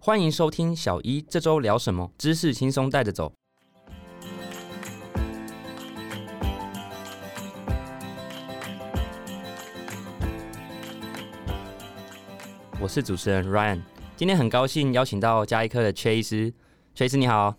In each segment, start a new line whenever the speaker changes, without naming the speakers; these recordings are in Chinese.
欢迎收听小一这周聊什么，知识轻松带着走。我是主持人 Ryan，今天很高兴邀请到加医科的缺医师，缺医师你好。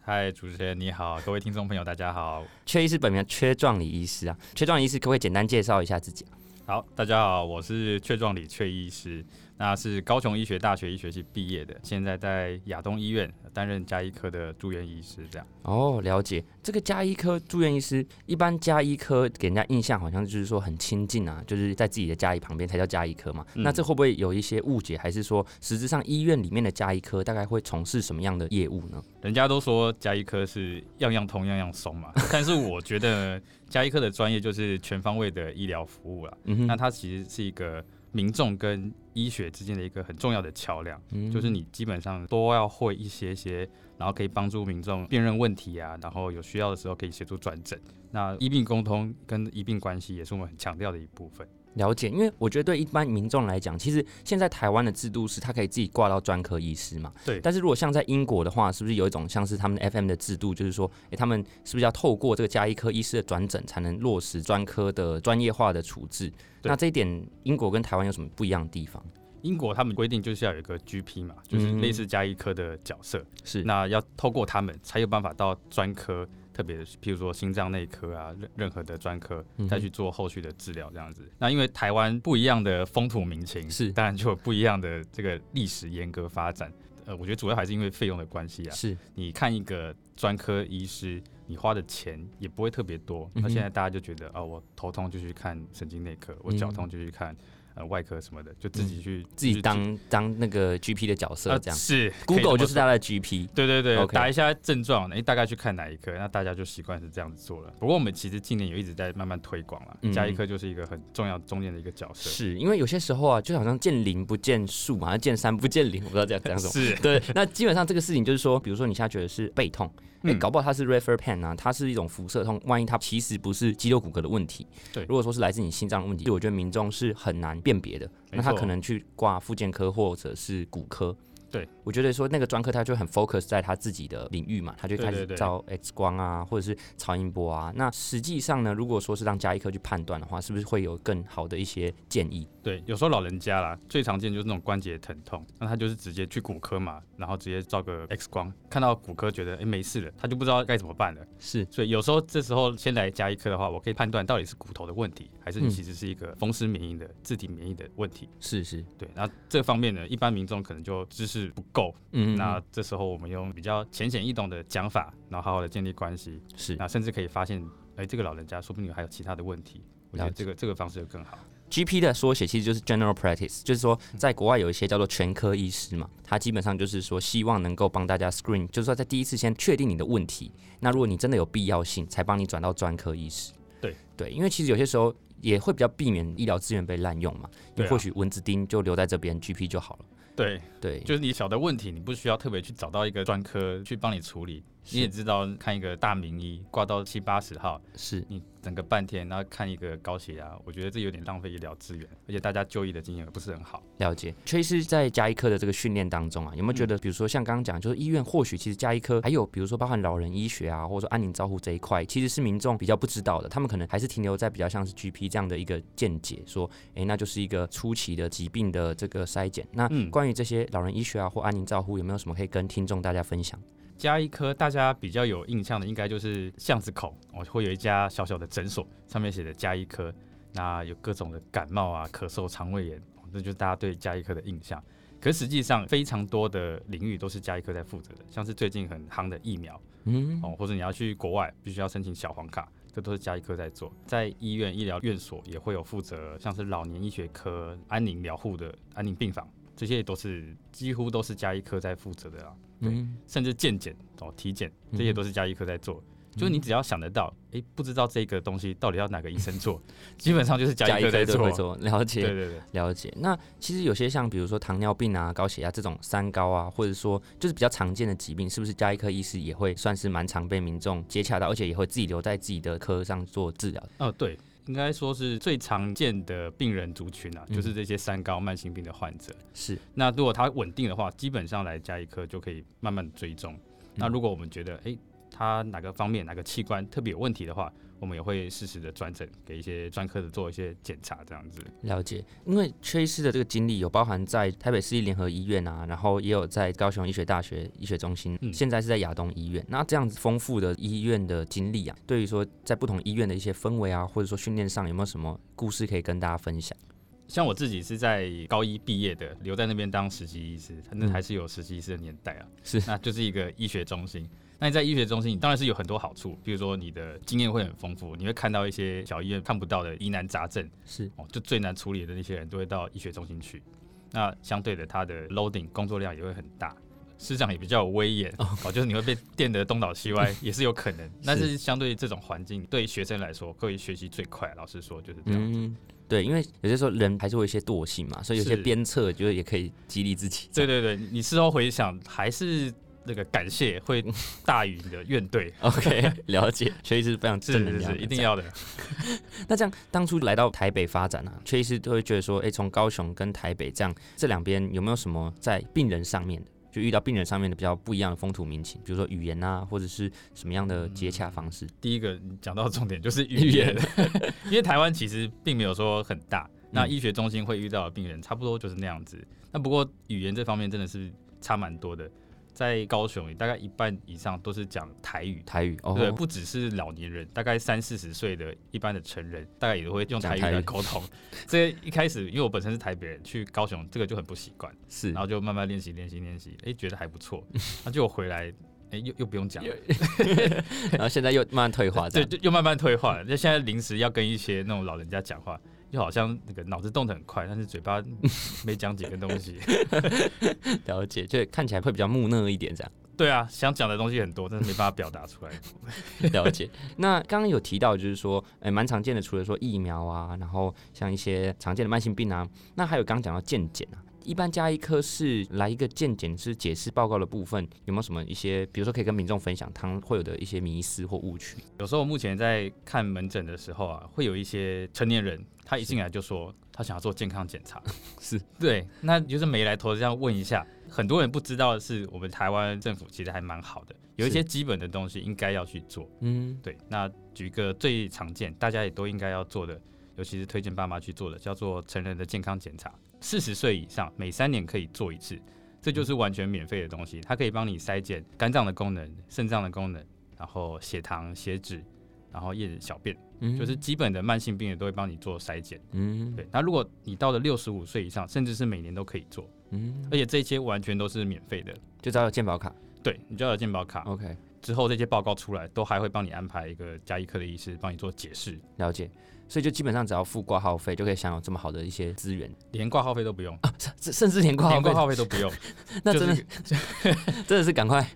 嗨，主持人你好，各位听众朋友大家好。
缺医师本名缺壮理医师啊，缺壮理医师可不可以简单介绍一下自己啊？
好，大家好，我是阙壮李阙医师，那是高雄医学大学医学系毕业的，现在在亚东医院担任加医科的住院医师。这样，
哦，了解。这个加医科住院医师，一般加医科给人家印象好像就是说很亲近啊，就是在自己的家里旁边才叫加医科嘛。
嗯
那这会不会有一些误解，还是说实质上医院里面的加医科大概会从事什么样的业务呢？
人家都说加医科是样样通样样松嘛，但是我觉得加医科的专业就是全方位的医疗服务啦。
嗯
那
哼，
它其实是一个民众跟医学之间的一个很重要的桥梁。
嗯
就是你基本上都要会一些些，然后可以帮助民众辨认问题啊，然后有需要的时候可以协助转诊。那医病沟通跟医病关系也是我们很强调的一部分。
了解，因为我觉得对一般民众来讲，其实现在台湾的制度是他可以自己挂到专科医师嘛。
对
但是如果像在英国的话，是不是有一种像是他们的 FM 的制度，就是说，诶，他们是不是要透过这个加医科医师的转诊，才能落实专科的专业化的处置？
对
那这一点，英国跟台湾有什么不一样的地方？
英国他们规定就是要有一个 GP 嘛，就是类似加医科的角色，
嗯是
那要透过他们才有办法到专科，特别是譬如说心脏内科啊，任任何的专科
嗯哼
再去做后续的治疗这样子。那因为台湾不一样的风土民情，
是
当然就有不一样的这个历史严格发展。呃，我觉得主要还是因为费用的关系啊，
是，
你看一个专科医师，你花的钱也不会特别多。
嗯
那
哼
现在大家就觉得，哦，我头痛就去看神经内科，我脚痛就去看呃外科什么的，就自己去、
嗯自己
去
当当那个 GP 的角色
呃
这样。
是
Google
可以这么
就是他的 GP，
对对对
OK
打一下症状，哎、大概去看哪一科，那大家就习惯是这样子做了。不过我们其实近年也一直在慢慢推广了
嗯，
加一科就是一个很重要中间的一个角色。
是因为有些时候啊，就好像见零不见树嘛，见山不见林，我不知道这样讲什么。
是，
对，那基本上这个事情就是说，比如说你现在觉得是背痛，哎、
嗯
搞不好它是 refer pain 啊，它是一种辐射痛，万一它其实不是肌肉骨骼的问题，
对
如果说是来自你心脏的问题，我觉得民众是很难辨别的，
没
那他
错
可能去挂复健科或者是骨科。
对，
我觉得说那个专科他就很 focus 在他自己的领域嘛，他就
对
开始
对对
照 X 光啊，或者是超音波啊。那实际上呢，如果说是让加医科去判断的话，是不是会有更好的一些建议？
对，有时候老人家啦，最常见就是那种关节疼痛，那他就是直接去骨科嘛，然后直接照个 X 光，看到骨科觉得哎、诶没事了，他就不知道该怎么办了。
是
所以有时候这时候先来加一科的话，我可以判断到底是骨头的问题，还是
嗯
你其实是一个风湿免疫的自体免疫的问题。
是是，
对，那这方面呢，一般民众可能就知识不够，
嗯，
那这时候我们用比较浅显易懂的讲法，然后好好的建立关系，
是
那甚至可以发现，哎、这个老人家说不定还有其他的问题。我觉
了
得
解
这个这个方式就更好。
GP 的缩写其实就是 General Practice，就是说
嗯
在国外有一些叫做全科医师嘛，他基本上就是说希望能够帮大家 screen，就是说在第一次先确定你的问题，那如果你真的有必要性，才帮你转到专科医师。
对
对，因为其实有些时候也会比较避免医疗资源被滥用嘛，因
对
为
啊
或许蚊子叮就留在这边 GP 就好了。
对，
对，
就是你小的问题，你不需要特别去找到一个专科去帮你处理。你也知道，看一个大名医挂到七八十号，
是
你整个半天，然后看一个高血压，我觉得这有点浪费医疗资源，而且大家就医的经验不是很好。
了解。崔师在加医科的这个训练当中啊，有没有
嗯
觉得，比如说像刚刚讲，就是医院或许其实加医科还有比如说包含老人医学啊，或者说安宁照护这一块，其实是民众比较不知道的，他们可能还是停留在比较像是 GP 这样的一个见解，说，诶，那就是一个初期的疾病的这个筛检。那
嗯
关于这些老人医学啊或安宁照护，有没有什么可以跟听众大家分享？
加一科大家比较有印象的，应该就是巷子口哦，会有一家小小的诊所，上面写的加一科，那有各种的感冒啊、咳嗽、肠胃炎，哦这就是大家对加一科的印象。可实际上，非常多的领域都是加一科在负责的，像是最近很夯的疫苗。
嗯，
哦，或者你要去国外，必须要申请小黄卡，这都是加医科在做。在医院、医疗院所也会有负责，像是老年医学科、安宁疗护的安宁病房，这些也都是几乎都是加医科在负责的啦。对
嗯，
甚至健检、哦体检，
嗯
这些都是加医科在做。就是你只要想得到，诶，不知道这个东西到底要哪个医生做， 基本上就是加医科在
都
做
会。做，了解。
对对对，
了解。那其实有些像比如说糖尿病啊、高血压这种三高啊，或者说就是比较常见的疾病，是不是加医科医师也会算是蛮常被民众接洽到，而且也会自己留在自己的科上做治疗？
哦对。应该说是最常见的病人族群啊，
嗯
就是这些三高慢性病的患者。
是
那如果他稳定的话，基本上来加一颗就可以慢慢追踪。那如果我们觉得诶他哪个方面哪个器官特别有问题的话，我们也会适时的转诊给一些专科的做一些检查，这样子。
了解，因为缺医师的这个经历有包含在台北市立联合医院啊，然后也有在高雄医学大学医学中心，
嗯
现在是在亚东医院。那这样子丰富的医院的经历啊，对于说在不同医院的一些氛围啊，或者说训练上有没有什么故事可以跟大家分享？
像我自己是在高一毕业的，留在那边当实习医师，那
嗯
还是有实习医师的年代啊。
是
那就是一个医学中心。那你在医学中心，你当然是有很多好处，比如说你的经验会很丰富，你会看到一些小医院看不到的疑难杂症
是
哦，就最难处理的那些人都会到医学中心去。那相对的，他的 loading 工作量也会很大，师长也比较有威严哦就是你会被电得东倒西 歪也是有可能。但是相对于这种环境，对于学生来说，会学习最快。老师说就是这样。
嗯，对，因为有些时候人还是会有一些惰性嘛，所以有些
是
鞭策就是也可以激励自 己。。
对对对，你事后回想，还是那个感谢会大于你的怨 怼
OK，了解，缺医师非常
是
正能
是
量
是，
的，
一定要的。
那这样当初来到台北发展啊，崔医师都会觉得说，哎、从高雄跟台北这样这两边有没有什么在病人上面的，就遇到病人上面的比较不一样的风土民情，比如说语言啊，或者是什么样的接洽方式？
第一个你讲到重点就是语言，嗯因为台湾其实并没有说很大，那医学中心会遇到的病人差不多就是那样子。那不过语言这方面真的是差蛮多的，在高雄大概一半以上都是讲台语。
台语哦，
对，不只是老年人，大概三四十岁的一般的成人，大概也会用
讲
台语
台语
来沟通。这一开始，因为我本身是台北人，去高雄这个就很不习惯，
是
然后就慢慢练习练习练习，哎、觉得还不错，那就回来，哎、又又不用讲了，
然后现在又慢慢退化，
对，，就又慢慢退化了。那现在临时要跟一些那种老人家讲话，就好像那个脑子动得很快，但是嘴巴没讲几个东西。
了解，就看起来会比较木讷一点这样。
对啊，想讲的东西很多，但是没办法表达出来。
了解。那刚刚有提到，就是说，哎、蛮常见的，除了说疫苗啊，然后像一些常见的慢性病啊，那还有刚刚讲到健检啊。一般加一科是来一个健检，是解释报告的部分，有没有什么一些，比如说可以跟民众分享，他们会有的一些迷思或误区？
有时候目前在看门诊的时候啊，会有一些成年人，他一进来就说他想要做健康检查，
是
对，那就是没来头这样问一下。很多人不知道的是，我们台湾政府其实还蛮好的，有一
是
些基本的东西应该要去做。
嗯，
对，那举一个最常见，大家也都应该要做的，尤其是推荐爸妈去做的，叫做成人的健康检查，四十岁以上每三年可以做一次，这就是完全免费的东西，它可以帮你筛检肝脏的功能、肾脏的功能，然后血糖、血脂，然后验小便，
嗯
就是基本的慢性病也都会帮你做筛检。
嗯，
对，那如果你到了六十五岁以上，甚至是每年都可以做，
嗯
而，且这些完全都是免费的。
就只要有健保卡
对，你就要有健保卡，
，OK，
之后这些报告出来，都还会帮你安排一个加医科的医师帮你做解释，
了解。所以就基本上只要付挂号费，就可以享有这么好的一些资源
连挂号费 都不用，
啊，甚甚甚至连挂号
连
费
挂，号费都不用，
那
就
真的、
是
真的是赶快，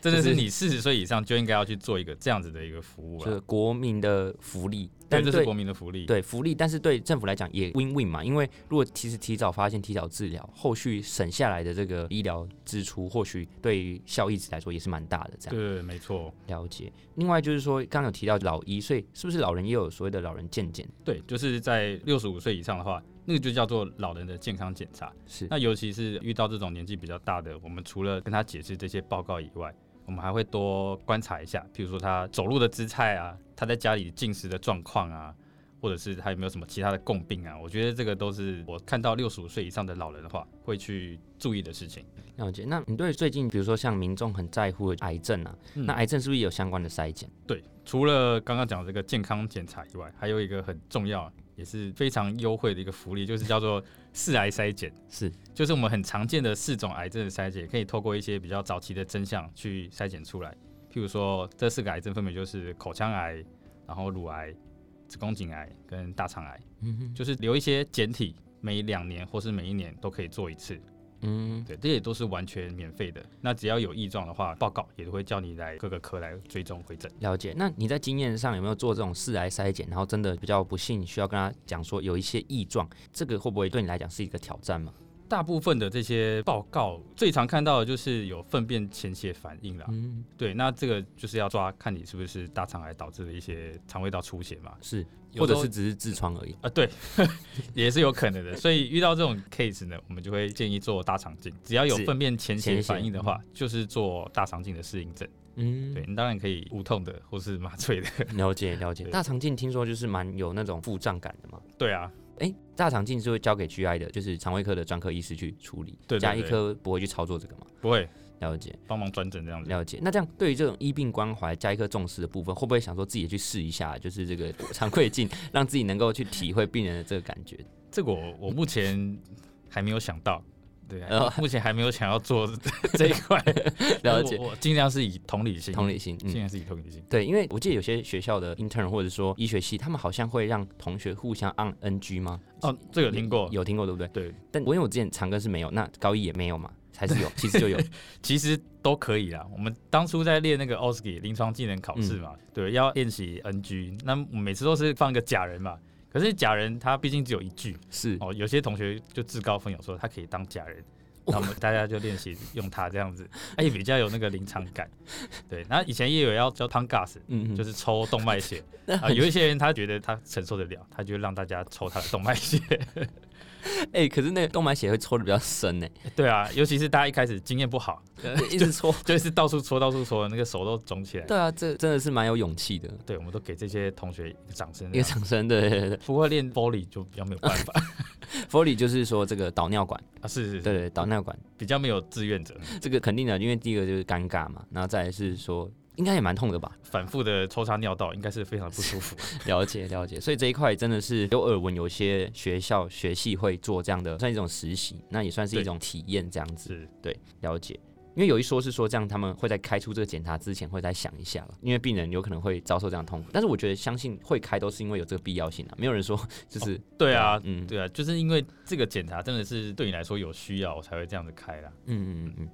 真的
就是是
你四十岁以上就应该要去做一个这样子的一个服务
就是
了。
国民的福利，
对，
但
这
对
是国民的福利。
对福利，但是对政府来讲也 win win 嘛，因为如果其实提早发现、提早治疗，后续省下来的这个医疗支出，或许对于效益值来说也是蛮大的。这样
对对，没错，
了解。另外就是说，刚刚有提到老医，所以是不是老人也有所谓的老人健检？
对，就是在六十五岁以上的话，那个就叫做老人的健康检查。
是
那尤其是遇到这种年纪比较大的，我们除了跟他解释这些报告以外，我们还会多观察一下，譬如说他走路的姿态啊，他在家里进食的状况啊，或者是他有没有什么其他的共病啊。我觉得这个都是我看到六十五岁以上的老人的话会去注意的事情。
了解。那你对最近比如说像民众很在乎的癌症啊，
嗯
那癌症是不是也有相关的筛检？
对，除了刚刚讲的这个健康检查以外，还有一个很重要，也是非常优惠的一个福利，就是叫做四癌筛检。
是
就是我们很常见的四种癌症的筛检，可以透过一些比较早期的真相去筛检出来。譬如说，这四个癌症分别就是口腔癌，然后乳癌、子宫颈癌跟大肠癌，
嗯哼
就是留一些简体，每两年或是每一年都可以做一次。
嗯，
对，这也都是完全免费的。那只要有异状的话，报告也都会叫你来各个科来追踪回诊。
了解。那你在经验上有没有做这种试癌筛检？然后真的比较不幸需要跟他讲说有一些异状，这个会不会对你来讲是一个挑战嘛？
大部分的这些报告最常看到的就是有粪便潜血反应啦。
嗯，
对，那这个就是要抓看你是不是大肠癌导致的一些肠胃道出血嘛，
是，
有
或
时
者
候
是只是痔疮而已。
啊，对， 也是有可能的。所以遇到这种 case 呢，我们就会建议做大肠镜。只要有
是
粪便潜血
潜血
反应的话，就是做大肠镜的适应症。
嗯，
对，你当然可以无痛的或是麻醉的。
了解了解。
对
大肠镜听说就是蛮有那种腹胀感的嘛。
对啊，
哎、大肠镜是会交给 GI 的，就是肠胃科的专科医师去处理，
对对
加一
对
科不会去操作这个嘛？
不会
了解
帮忙转诊这样子。
了解。那这样对于这种医病关怀、加一科重视的部分，会不会想说自己也去试一下，就是这个 肠胃镜，让自己能够去体会病人的这个感觉？
这个我我目前还没有想到。对、
呃
啊，目前还没有想要做 这一块，
了解，
我我尽量是以同理心，
同理心，
尽
嗯。
量是以同理心。
对，因为我记得有些学校的 intern 或者说医学系，他们好像会让同学互相按 NG 吗？
哦，这个有听过，
嗯有听过对不对？
对，
但我因为我之前长庚是没有，那高一也没有嘛，还 是有，其实就有。
其实都可以啦。我们当初在练那个 OSCE 临床技能考试嘛，
嗯
对，要练习 NG，那我每次都是放一个假人嘛。可是假人他毕竟只有一句
是
哦，有些同学就自告奋勇说他可以当假人，那我们大家就练习用他这样子，哎，比较有那个临场感。对，然后以前也有要教 t a n g a s
嗯，嗯
就是抽动 脉血啊、有一些人他觉得他承受得了，他就让大家抽他的动脉 血。
哎、可是那个动脉血会抽的比较深 呢、
对啊，尤其是大家一开始经验不好，呃
一直抽。
就是到处搓到处搓，那个手都肿起来。
对啊，这真的是蛮有勇气的，
对，啊我们都给这些同学一个掌声
一。个掌声。对对对对
不过练 volley 就比较没有办 法
，Foley 就是说这个导尿管，
啊，是是
对
是，
对对导尿管，
比较没有志愿者，
这个肯定的，因为第一个就是尴尬嘛，然后再来是说应该也蛮痛的吧？
反复的抽插尿道应该是非常不舒 服。
了解了解，所以这一块真的是有耳闻，有些学校学系会做这样的，算一种实习，那也算是一
对
种体验这样子。
是，
了解。因为有一说是说这样，他们会在开出这个检查之前会再想一下了，因为病人有可能会遭受这样的痛苦。但是我觉得相信会开都是因为有这个必要性啊，没有人说就是、
哦对啊，
嗯
对啊，就是因为这个检查真的是对你来说有需要，我才会这样子开啦。
嗯嗯嗯，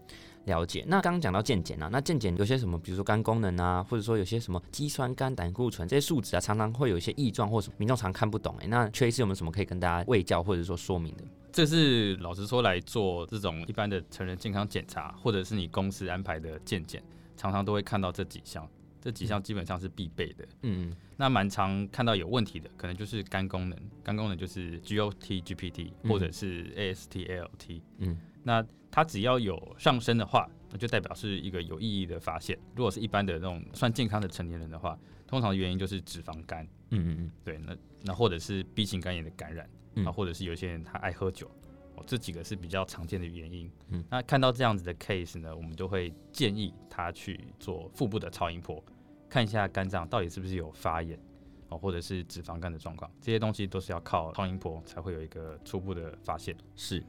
了解。那刚刚讲到健检啊，那健检有些什么，比如说肝功能啊，或者说有些什么肌酸酐、胆固醇这些数值啊，常常会有一些异状或什么，民众常看不懂哎、那缺医师有没有什么可以跟大家卫教或者说说明的？
这是老实说来做这种一般的成人健康检查，或者是你公司安排的健检，常常都会看到这几项，这几项基本上是必备的。
嗯
那蛮常看到有问题的，可能就是肝功能，肝功能就是 GOT、GPT
嗯
或者是 AST、ALT。
嗯，
那它只要有上升的话，那就代表是一个有意义的发现。如果是一般的那种算健康的成年人的话，通常原因就是脂肪肝，
嗯嗯嗯，
对，那那或者是 B 型肝炎的感染，
嗯
啊，或者是有些人他爱喝酒，哦，这几个是比较常见的原因。
嗯
那看到这样子的 case 呢，我们就会建议他去做腹部的超音波，看一下肝脏到底是不是有发炎，哦，或者是脂肪肝的状况，这些东西都是要靠超音波才会有一个初步的发现。
是。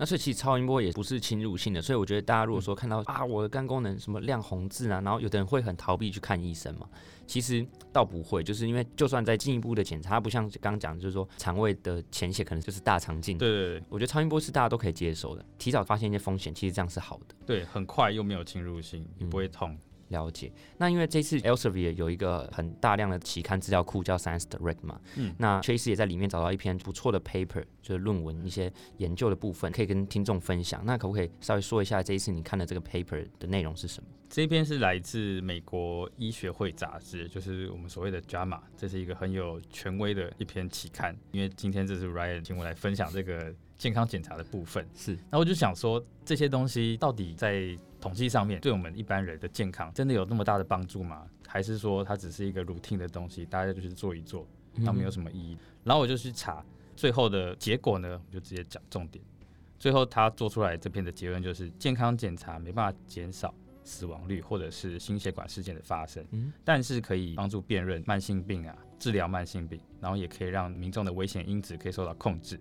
那所以其实超音波也不是侵入性的，所以我觉得大家如果说看到、啊我的肝功能什么亮红字啊，然后有的人会很逃避去看医生嘛，其实倒不会，就是因为就算在进一步的检查，它不像刚刚讲的就是说肠胃的潜血可能就是大肠镜，
对对
我觉得超音波是大家都可以接受的，提早发现一些风险，其实这样是好的。
对，对，很快又没有侵入性，
嗯
也不会痛。
了解。那因为这次 Elsevier 有一个很大量的期刊资料库叫 Science Direct 嘛，
嗯
那 Chase 也在里面找到一篇不错的 paper，就是论文一些研究的部分，可以跟听众分享。那可不可以稍微说一下这一次你看的这个 paper 的内容是什么？
这篇是来自美国医学会杂志，就是我们所谓的 JAMA，这是一个很有权威的一篇期刊。因为今天这是 Ryan 请我来分享这个健康检查的部分，
是
那我就想说，这些东西到底在统计上面对我们一般人的健康真的有那么大的帮助吗？还是说它只是一个 routine 的东西，大家就是做一做，
嗯
那没有什么意义？然后我就去查最后的结果呢，我就直接讲重点。最后他做出来这篇的结论就是，健康检查没办法减少死亡率或者是心血管事件的发生，
嗯
但是可以帮助辨认慢性病啊，治疗慢性病，然后也可以让民众的危险因子可以受到控制，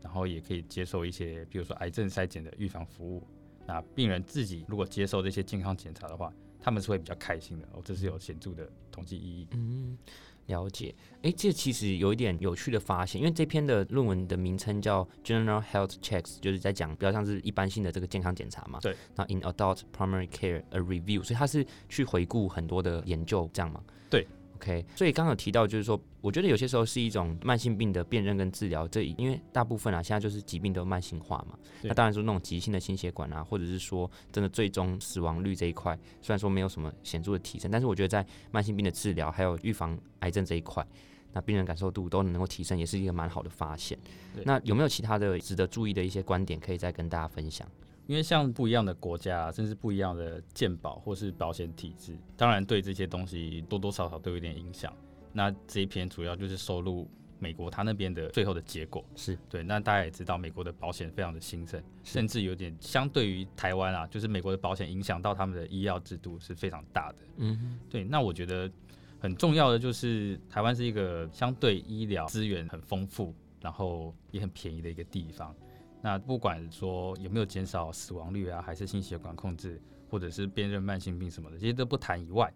然后也可以接受一些，比如说癌症筛检的预防服务。那病人自己如果接受这些健康检查的话，他们是会比较开心的哦，这是有显著的统计意义。
嗯，了解。诶，这其实有一点有趣的发现，因为这篇的论文的名称叫 General Health Checks，就是在讲比较像是一般性的这个健康检查嘛。
对。
那 In Adult Primary Care a Review，所以它是去回顾很多的研究，这样嘛？
对。
OK，所以刚刚有提到，就是说，我觉得有些时候是一种慢性病的辨认跟治疗，这一因为大部分啊，现在就是疾病都慢性化嘛。
对
那当然说那种急性的心血管啊，或者是说真的最终死亡率这一块，虽然说没有什么显著的提升，但是我觉得在慢性病的治疗还有预防癌症这一块，那病人感受度都能够提升，也是一个蛮好的发现
对。
那有没有其他的值得注意的一些观点可以再跟大家分享？
因为像不一样的国家、啊，甚至不一样的健保或是保险体制，当然对这些东西多多少少都有点影响。那这一篇主要就是收录美国它那边的最后的结果。
是
对，那大家也知道，美国的保险非常的兴盛，
是
甚至有点相对于台湾啊，就是美国的保险影响到他们的医药制度是非常大的。
嗯
对，那我觉得很重要的就是台湾是一个相对医疗资源很丰富，然后也很便宜的一个地方。那不管说有没有减少死亡率啊，还是心血管控制，或者是辨认慢性病什么的，这些都不谈以外，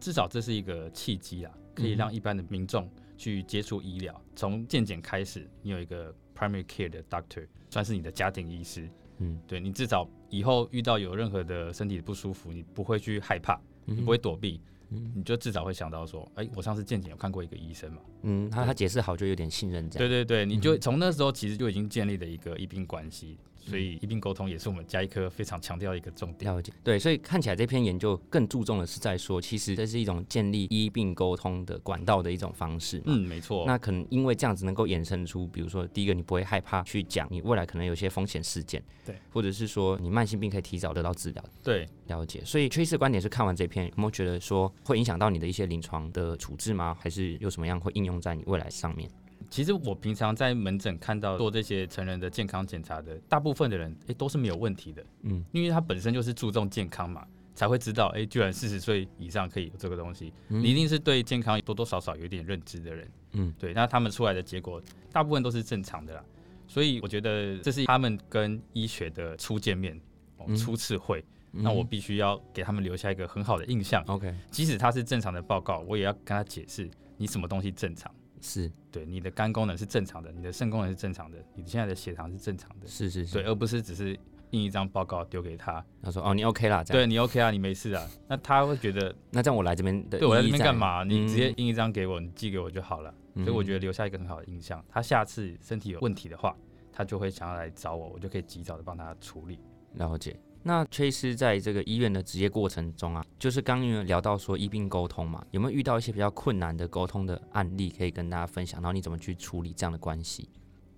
至少这是一个契机啊，可以
嗯
让一般的民众去接触医疗，从健检开始，你有一个 primary care 的 doctor，算是你的家庭医师，
嗯
对你至少以后遇到有任何的身体不舒服，你不会去害怕，
嗯
你
哼
不会躲避，
嗯
你就至少会想到说，哎、我上次健检有看过一个医生嘛？
嗯，他他解释好就有点信任这样。
对对对，你就从那时候其实就已经建立了一个医病关系，所
嗯
以医病沟通也是我们加医科非常强调的一个重点。
了解，对，所以看起来这篇研究更注重的是在说，其实这是一种建立医病沟通的管道的一种方式嘛。
嗯，没错。
那可能因为这样子能够衍生出，比如说第一个你不会害怕去讲你未来可能有些风险事件，
对，
或者是说你慢性病可以提早得到治疗。
对，
了解，所以崔医师的观点是看完这篇，有没有觉得说会影响到你的一些临床的处置吗？还是有什么样会应用在你未来上面？
其实我平常在门诊看到做这些成人的健康检查的，大部分的人哎、都是没有问题的，
嗯，
因为他本身就是注重健康嘛，才会知道哎、居然四十岁以上可以有这个东西，
嗯
你一定是对健康多多少少有点认知的人。
嗯，
对，那他们出来的结果大部分都是正常的啦，所以我觉得这是他们跟医学的初见面、哦
嗯
初次会，那我必须要给他们留下一个很好的印象，
OK
即使他是正常的报告，我也要跟他解释你什么东西正常。
是
对，你的肝功能是正常的，你的肾功能是正常的，你现在的血糖是正常的，
是是是，
对，而不是只是印一张报告丢给他，
他说哦你 OK 啦，这样，
对你 OK 啊，你没事啊，那他会觉得
那这样我来这边的
对我在
意
这
义
边干嘛？你直接
嗯
印一张给我，你寄给我就好了。所以我
嗯
觉得留下一个很好的印象，他下次身体有问题的话，他就会想要来找我，我就可以及早的帮他处理。
了解。那崔师在这个医院的职业过程中啊，就是刚刚有聊到说医病沟通嘛，有没有遇到一些比较困难的沟通的案例可以跟大家分享？然后你怎么去处理这样的关系？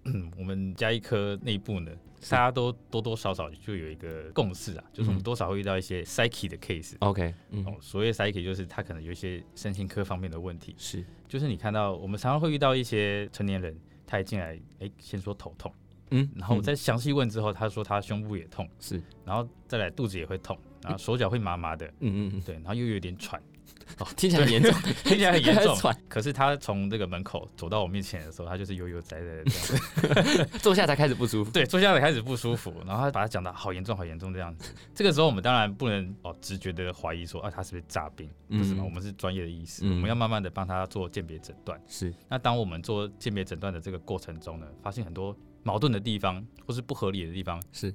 嗯，我们加医科内部呢，
是
大家都多多少少就有一个共识啊，就是我们
嗯
多少会遇到一些 psyche 的 case。
OK，嗯，
哦，所谓 psyche 就是他可能有一些身心科方面的问题，
是，
就是你看到我们常常会遇到一些成年人，他一进来，哎，先说头痛，
嗯
然后我
嗯
再详细问之后，他说他胸部也痛，
是，嗯
然后再来肚子也会痛，然后手脚会麻麻的，
嗯嗯 嗯，
对，然后又有点喘，
听起来很严重，
听起来很严 重。
喘
可是他从这个门口走到我面前的时候，他就是悠悠哉哉 的这样子，
坐下才开始不舒服。
对，坐下来开始不舒服，然后他把他讲的好严重，好严重这样子。这个时候我们当然不能哦直觉的怀疑说啊他是不是诈病，不是嘛？
嗯
我们是专业的医师，
嗯
我们要慢慢的帮他做鉴别诊断。
是，
那当我们做鉴别诊断的这个过程中呢，发现很多矛盾的地方或是不合理的地方，
是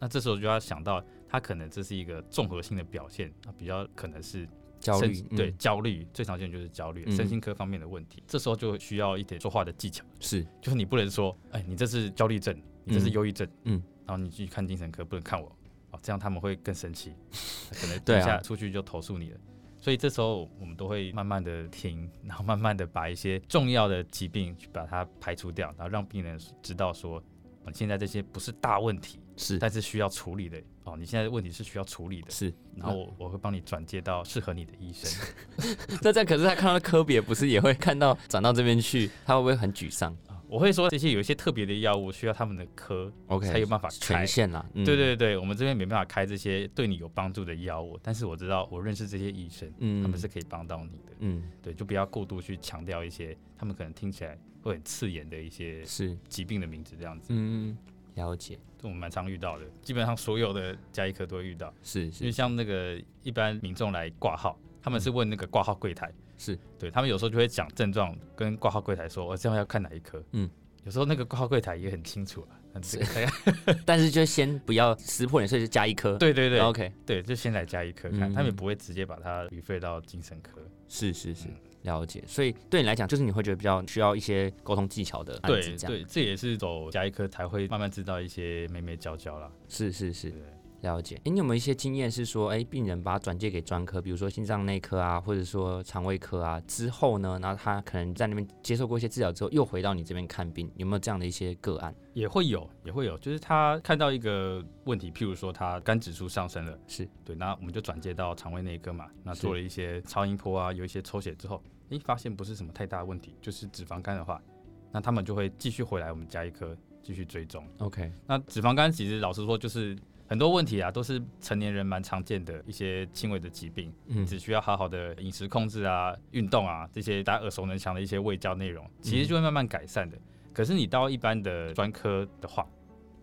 那这时候就要想到他可能这是一个综合性的表现，那比较可能是
焦
身
虑，嗯
对，焦虑最常见就是焦虑，
嗯
身心科方面的问题，这时候就需要一点说话的技巧，
是，
就是你不能说，哎，你这是焦虑症，你这是忧郁症，
嗯嗯
然后你去看精神科，不能看我，哦，这样他们会更生气，可能
对
等
啊
一下出去就投诉你了。所以这时候我们都会慢慢的听，然后慢慢的把一些重要的疾病去把它排除掉，然后让病人知道说，哦现在这些不是大问题，
是
但是需要处理的哦，你现在的问题是需要处理的，
是。
然后我我会帮你转接到适合你的医生。
那这样可是他看到科别不是也会看到转到这边去，他会不会很沮丧
哦我会说这些有一些特别的药物需要他们的科
？OK，
才有办法开
权。限啦。嗯
对，对对，我们这边没办法开这些对你有帮助的药物，但是我知道我认识这些医生，
嗯
他们是可以帮到你的。
嗯
对，就不要过度去强调一些他们可能听起来会很刺眼的一些
是
疾病的名字，这样子，
嗯了解
这我们蛮常遇到的。基本上所有的加医科都会遇到，
是
因为
是
像那个一般民众来挂号，他们是问那个挂号柜台，
是
对他们有时候就会讲症状，跟挂号柜台说，我、哦这样要看哪一科。
嗯，
有时候那个挂号柜台也很清楚了，那这个大概
但是就先不要撕破脸，所以就加一颗。哦
对 对对、
，OK，
对，就先来加一科看，
嗯
他们也不会直接把它 refer 到精神科。
是是是
嗯，
了解，所以对你来讲，就是你会觉得比较需要一些沟通技巧的案
对
子，这样
对，这也是走加一科才会慢慢知道一些眉眉角角啦。
是是是
对，对
了解。诶，你有没有一些经验是说，诶，病人把他转介给专科，比如说心脏内科啊，或者说肠胃科啊，之后呢，然后他可能在那边接受过一些治疗之后，又回到你这边看病，有没有这样的一些个案？
也会有，也会有，就是他看到一个问题，譬如说他肝指数上升了，
是
对，那我们就转介到肠胃内科嘛，那
是
做了一些超音波啊，有一些抽血之后，诶，发现不是什么太大的问题，就是脂肪肝的话，那他们就会继续回来我们加一科继续追踪。
OK，
那脂肪肝其实老实说就是很多问题啊，都是成年人蛮常见的一些轻微的疾病，
嗯，
只需要好好的饮食控制啊、运动啊这些大家耳熟能详的一些卫教内容，
嗯
其实就会慢慢改善的。可是你到一般的专科的话，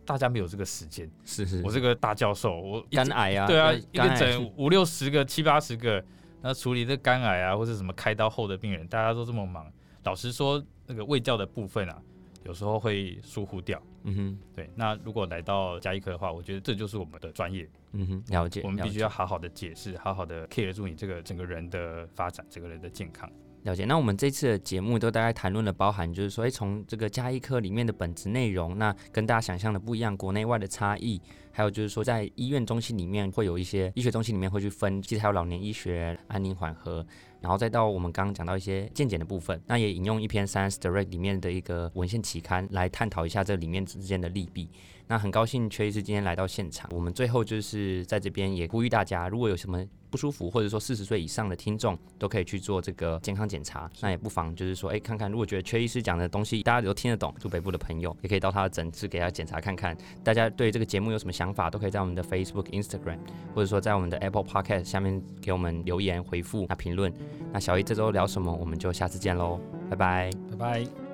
大家没有这个时间。
是是
我，这个大教授，我一
肝癌啊，
对啊，一
肝
个
癌
整五六十个、七八十个，那处理这肝癌啊，或者什么开刀后的病人，大家都这么忙，老实说，那个卫教的部分啊，有时候会疏忽掉。
嗯哼，
对，那如果来到加医科的话，我觉得这就是我们的专业，
嗯哼，了解，
我们必
了
须
解
要好好的解释，好好的 care 住你这个整个人的发展，整个人的健康。
了解。那我们这次的节目都大概谈论了，包含就是说，哎，从这个加医科里面的本质内容，那跟大家想象的不一样，国内外的差异，还有就是说，在医院中心里面会有一些医学中心里面会去分，其实还有老年医学、安宁缓和，然后再到我们刚刚讲到一些健检的部分，那也引用一篇 Science Direct 里面的一个文献期刊来探讨一下这里面之间的利弊。那很高兴缺医师今天来到现场，我们最后就是在这边也呼吁大家，如果有什么不舒服，或者说四十岁以上的听众都可以去做这个健康检查。那也不妨就是说，哎、看看如果觉得缺医师讲的东西大家都听得懂，住北部的朋友也可以到他的诊室给他检查看看。大家对这个节目有什么想法，都可以在我们的 Facebook、Instagram，或者说在我们的 Apple Podcast 下面给我们留言回复那评论。那小一这周聊什么，我们就下次见喽，拜拜。
拜拜。